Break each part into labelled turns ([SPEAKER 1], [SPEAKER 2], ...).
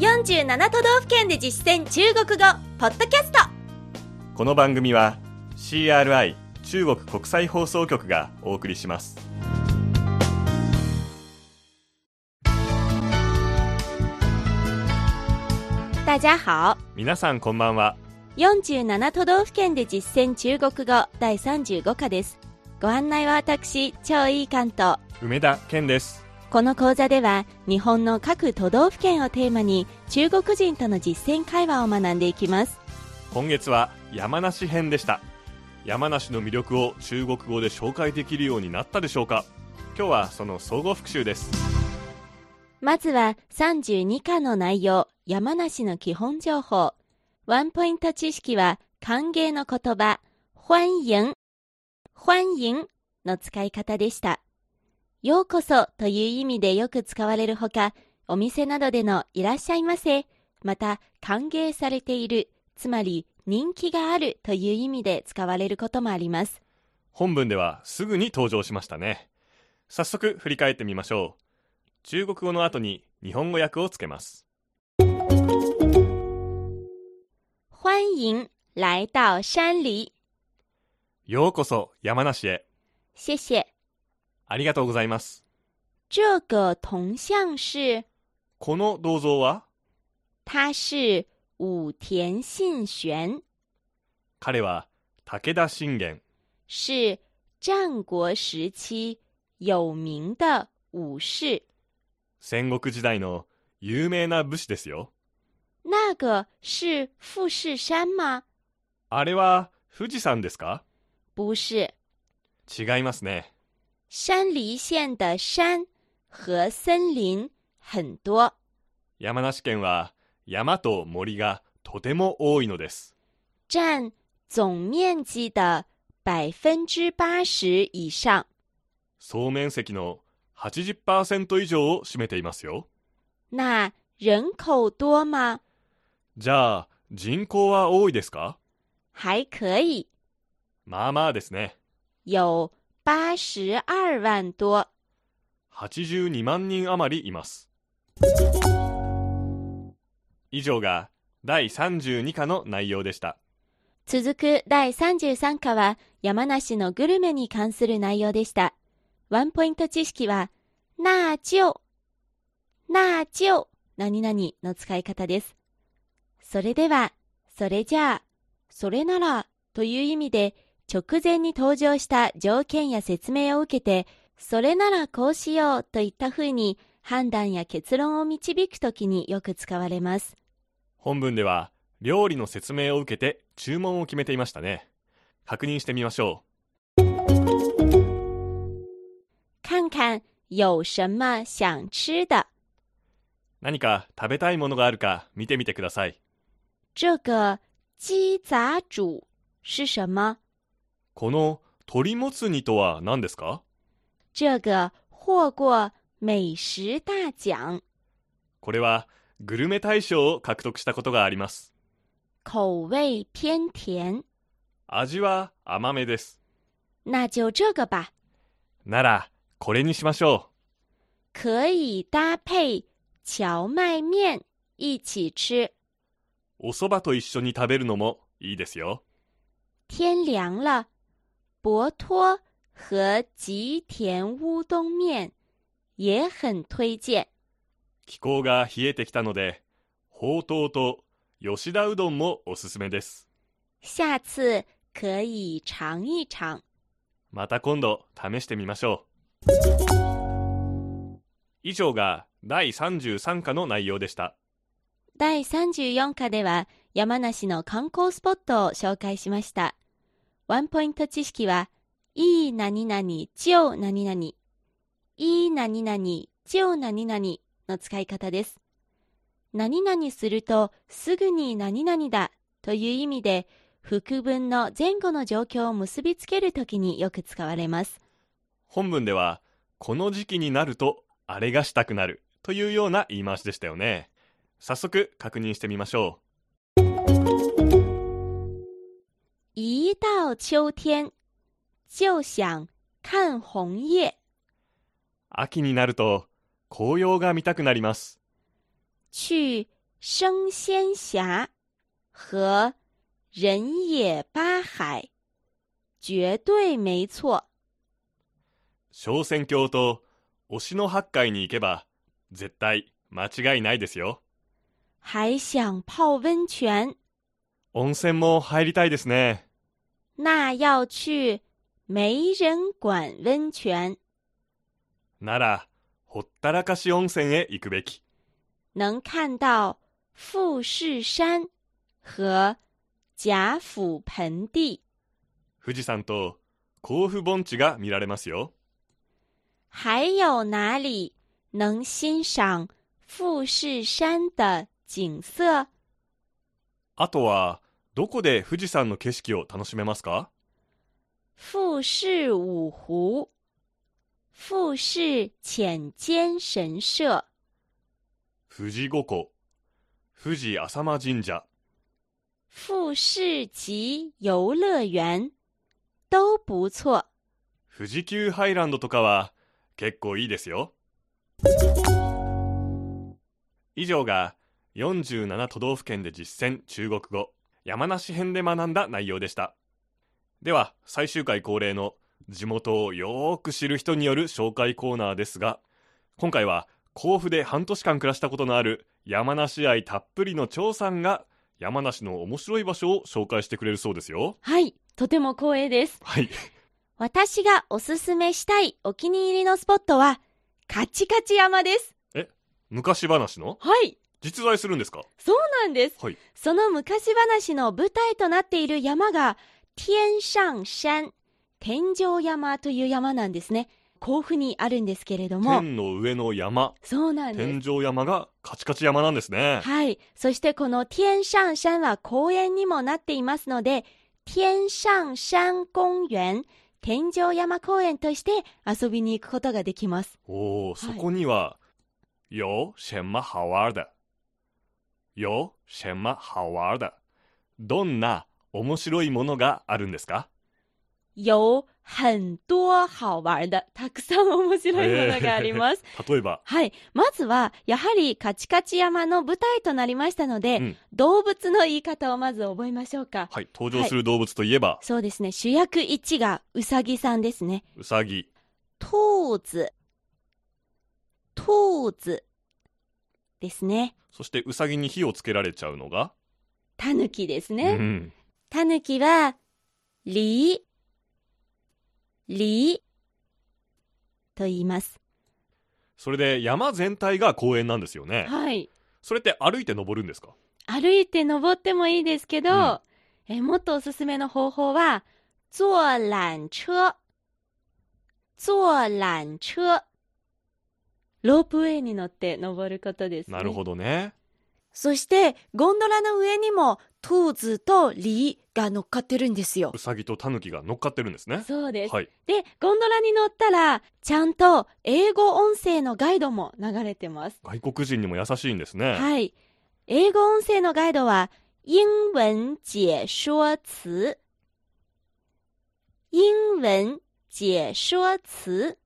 [SPEAKER 1] 47都道府県で実践中国語ポッドキャスト
[SPEAKER 2] この番組は CRI 中国国際放送局がお送りします
[SPEAKER 1] 大家好
[SPEAKER 2] 皆さんこんばんは
[SPEAKER 1] 47都道府県で実践中国語第35課ですご案内は私超いい関東
[SPEAKER 2] 梅田健です
[SPEAKER 1] この講座では日本の各都道府県をテーマに中国人との実践会話を学んでいきます
[SPEAKER 2] 今月は山梨編でした山梨の魅力を中国語で紹介できるようになったでしょうか今日はその総合復習です
[SPEAKER 1] まずは32課の内容、山梨の基本情報。ワンポイント知識は、歓迎の言葉、欢迎、欢迎の使い方でした。ようこそという意味でよく使われるほか、お店などでのいらっしゃいませ、また歓迎されている、つまり人気があるという意味で使われることもあります。
[SPEAKER 2] 本文ではすぐに登場しましたね早速振り返ってみましょう中国語の後に日本語訳をつけます
[SPEAKER 1] 欢迎来到山里。
[SPEAKER 2] ようこそ山梨へ
[SPEAKER 1] 谢谢。
[SPEAKER 2] ありがとうございます
[SPEAKER 1] 这个铜像是
[SPEAKER 2] この銅像は
[SPEAKER 1] 他是武田信玄，
[SPEAKER 2] 彼は武田信玄
[SPEAKER 1] 是战国时期有名的武士。
[SPEAKER 2] 戦国時代の有名な武士ですよ
[SPEAKER 1] 那个是富士山吗？
[SPEAKER 2] あれは富士山ですか
[SPEAKER 1] 不是，
[SPEAKER 2] 違いますね
[SPEAKER 1] 山梨县的山和森林很多。
[SPEAKER 2] 山梨県は山と森がとても多いのです
[SPEAKER 1] 占总面积的百分之八十以上。
[SPEAKER 2] 総面積の80%以上を占めていますよ
[SPEAKER 1] 那人口多吗？
[SPEAKER 2] じゃあ人口は多いですか
[SPEAKER 1] 还可以，
[SPEAKER 2] まあまあですね
[SPEAKER 1] 有八十二万多。
[SPEAKER 2] 82万人余りいます以上が第32課の内容でした
[SPEAKER 1] 続く第33課は山梨のグルメに関する内容でした。ワンポイント知識は、なあじょう、なあじょう、何々の使い方です。それでは、それじゃあ、それならという意味で直前に登場した条件や説明を受けて、それならこうしようといった風に判断や結論を導くときによく使われます。
[SPEAKER 2] 本文では料理の説明を受けて注文を決めていましたね確認してみましょ
[SPEAKER 1] 看看有什么想吃的。
[SPEAKER 2] う何か食べたいものがあるか見てみてください
[SPEAKER 1] 这个鸡杂煮是什么？
[SPEAKER 2] この鶏もつ煮とは何ですか
[SPEAKER 1] 这个获过美食大奖，
[SPEAKER 2] これはグルメ大賞を獲得したことがあります
[SPEAKER 1] 口味偏甜，
[SPEAKER 2] 味は甘めです
[SPEAKER 1] 那就这个吧。
[SPEAKER 2] ならこれにしましょ
[SPEAKER 1] 可以搭配荞麦面一起吃。
[SPEAKER 2] うお蕎麦と一緒に食べるのもいいですよ
[SPEAKER 1] 天凉了，博托和吉田乌冬面也很推荐。
[SPEAKER 2] 気候が冷えてきたのでほうとうと吉田うどんもおすすめです
[SPEAKER 1] 下次可以尝一尝。
[SPEAKER 2] また今度試してみましょう以上が第33課の内容でした
[SPEAKER 1] 第34課では山梨の観光スポットを紹介しました。ワンポイント知識は、いい何々、ちょう何々、いい何々、ちょう何々の使い方です。何々するとすぐに何々だという意味で、副文の前後の状況を結びつけるときによく使われます。
[SPEAKER 2] 本文ではこの時期になるとあれがしたくなるというような言い回しでしたよね早速確認してみましょ
[SPEAKER 1] 一到秋天、就想看红叶。
[SPEAKER 2] う秋になると紅葉が見たくなります
[SPEAKER 1] 去升仙峡和人野八海，绝对没错。
[SPEAKER 2] 昇仙峡と忍野八海に行けば絶対間違いないですよ
[SPEAKER 1] 还想泡温泉，
[SPEAKER 2] 温泉も入りたいですね
[SPEAKER 1] 那要去没人管温泉，
[SPEAKER 2] ならほったらかし温泉へ行くべき
[SPEAKER 1] 能看到富士山和贾府盆地，
[SPEAKER 2] 富士山と甲府盆地が見られますよ
[SPEAKER 1] 还有哪里能欣赏富士山的景色？
[SPEAKER 2] あとはどこで富士山の景色を楽しめますか
[SPEAKER 1] 富士五湖、富士浅间神社、
[SPEAKER 2] 富士五湖富士浅間神社
[SPEAKER 1] 富士急游乐园都不错。
[SPEAKER 2] 富士急ハイランドとかは結構いいですよ以上が47都道府県で実践中国語山梨編で学んだ内容でしたでは最終回恒例の地元をよーく知る人による紹介コーナーですが今回は甲府で半年間暮らしたことのある山梨愛たっぷりの張さんが山梨の面白い場所を紹介してくれるそうですよ
[SPEAKER 1] はい、とても光栄です。
[SPEAKER 2] はい
[SPEAKER 1] 私がおすすめしたいお気に入りのスポットは、カチカチ山です。
[SPEAKER 2] 昔話の
[SPEAKER 1] はい、
[SPEAKER 2] 実在するんですか
[SPEAKER 1] そうなんです。
[SPEAKER 2] はい
[SPEAKER 1] その昔話の舞台となっている山が、天上山、天上山という山なんですね。甲府にあるんですけれども、
[SPEAKER 2] 天の上の山
[SPEAKER 1] そうなんです
[SPEAKER 2] 天。井山がカチカチ山なんですね
[SPEAKER 1] はい。そしてこの天上山は公園にもなっていますので、天上山公園、天井山公園として遊びに行くことができます。
[SPEAKER 2] おお、そこには「よ什么好玩的」「よ什么好玩的」どんな面白いものがあるんですか
[SPEAKER 1] 有很多好玩的、たくさん面白いものがあります。
[SPEAKER 2] 例えば
[SPEAKER 1] はい。まずは、やはりカチカチ山の舞台となりましたので、
[SPEAKER 2] うん
[SPEAKER 1] 動物の言い方をまず覚えましょうか。
[SPEAKER 2] はい登場する動物といえば、
[SPEAKER 1] そうですね。主役1がうさぎさんですね。
[SPEAKER 2] うさぎ
[SPEAKER 1] 兔子、兔子ですね。
[SPEAKER 2] そしてうさぎに火をつけられちゃうのが、
[SPEAKER 1] タヌキです
[SPEAKER 2] う
[SPEAKER 1] ね。
[SPEAKER 2] ん、
[SPEAKER 1] タヌキは、リー、リーと言います。
[SPEAKER 2] それで山全体が公園なんですよね
[SPEAKER 1] はい。
[SPEAKER 2] それって歩いて登るんですか
[SPEAKER 1] 歩いて登ってもいいですけど、
[SPEAKER 2] うん
[SPEAKER 1] えもっとおすすめの方法は、坐缆車。坐缆車。ロープウェイに乗って登ることですね。
[SPEAKER 2] なるほどね
[SPEAKER 1] そして、ゴンドラの上にも、トーズとリーが乗っかってるんですよ
[SPEAKER 2] う。さぎとタヌキが乗っかってるんですね
[SPEAKER 1] そうです。
[SPEAKER 2] はい
[SPEAKER 1] で、ゴンドラに乗ったら、ちゃんと英語音声のガイドも流れてます。
[SPEAKER 2] 外国人にも優しいんですね、
[SPEAKER 1] はい。英語音声のガイドは、英文解说词。英文解说词。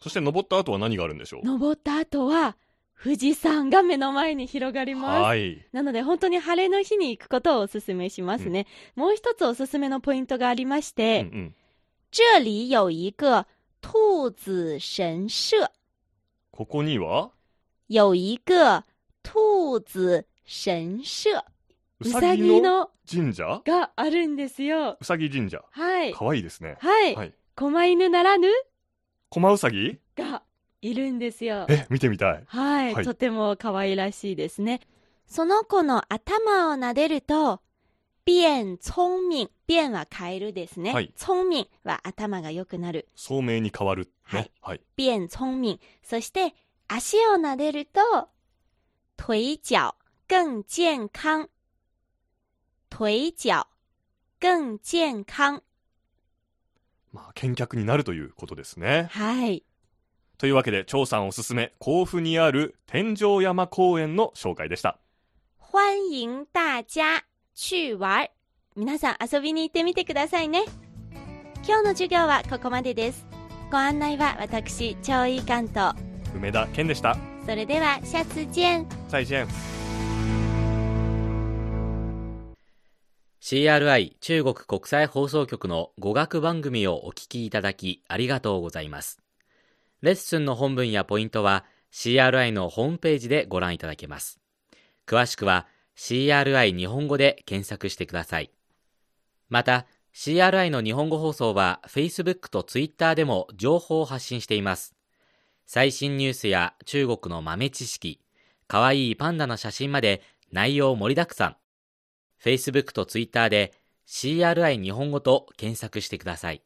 [SPEAKER 2] そして登った後は何があるんでしょう
[SPEAKER 1] 登った後は、富士山が目の前に広がります。
[SPEAKER 2] はい。
[SPEAKER 1] なので本当に晴れの日に行くことをお勧めしますね。もう一つおすすめのポイントがありまし
[SPEAKER 2] うん
[SPEAKER 1] て、
[SPEAKER 2] うん。
[SPEAKER 1] 这里有一个兔子神社，
[SPEAKER 2] ここには、
[SPEAKER 1] 有一个兔子神社。
[SPEAKER 2] う
[SPEAKER 1] う
[SPEAKER 2] さ
[SPEAKER 1] さ
[SPEAKER 2] ぎ
[SPEAKER 1] ぎ
[SPEAKER 2] の
[SPEAKER 1] の
[SPEAKER 2] 神社
[SPEAKER 1] があるんですよ。
[SPEAKER 2] うさぎ神社。
[SPEAKER 1] はい。
[SPEAKER 2] かわいいですね。
[SPEAKER 1] はい。
[SPEAKER 2] はい。
[SPEAKER 1] 狛犬ならぬ
[SPEAKER 2] コマウサギ
[SPEAKER 1] がいるんですよ。
[SPEAKER 2] え、見てみたい。
[SPEAKER 1] はい、
[SPEAKER 2] はい
[SPEAKER 1] とても可愛らしいですね。その子の頭を撫でると、变聪明。变はカエルですね。
[SPEAKER 2] はい
[SPEAKER 1] 聪明は頭が良くなる。
[SPEAKER 2] 聡明に変わる。ね。はい。
[SPEAKER 1] 变聪明。そして、足を撫でると、腿脚更健康。腿脚更健康。
[SPEAKER 2] まあ、見客になるということですね。
[SPEAKER 1] はい。
[SPEAKER 2] というわけで、張さんおすすめ、甲府にある天井山公園の紹介でした。
[SPEAKER 1] 欢迎大家去玩。皆さん遊びに行ってみてくださいね。今日の授業はここまでです。ご案内は私、超いい関東。
[SPEAKER 2] 梅田健でした。
[SPEAKER 1] それでは、シャツ見。
[SPEAKER 2] 再见。
[SPEAKER 3] CRI 中国国際放送局の語学番組をお聞きいただきありがとうございます。レッスンの本文やポイントは CRI のホームページでご覧いただけます。詳しくは CRI 日本語で検索してください。また、CRI の日本語放送は Facebook と Twitter でも情報を発信しています。最新ニュースや中国の豆知識、かわいいパンダの写真まで内容盛りだくさん。Facebook と Twitter で CRI 日本語と検索してください。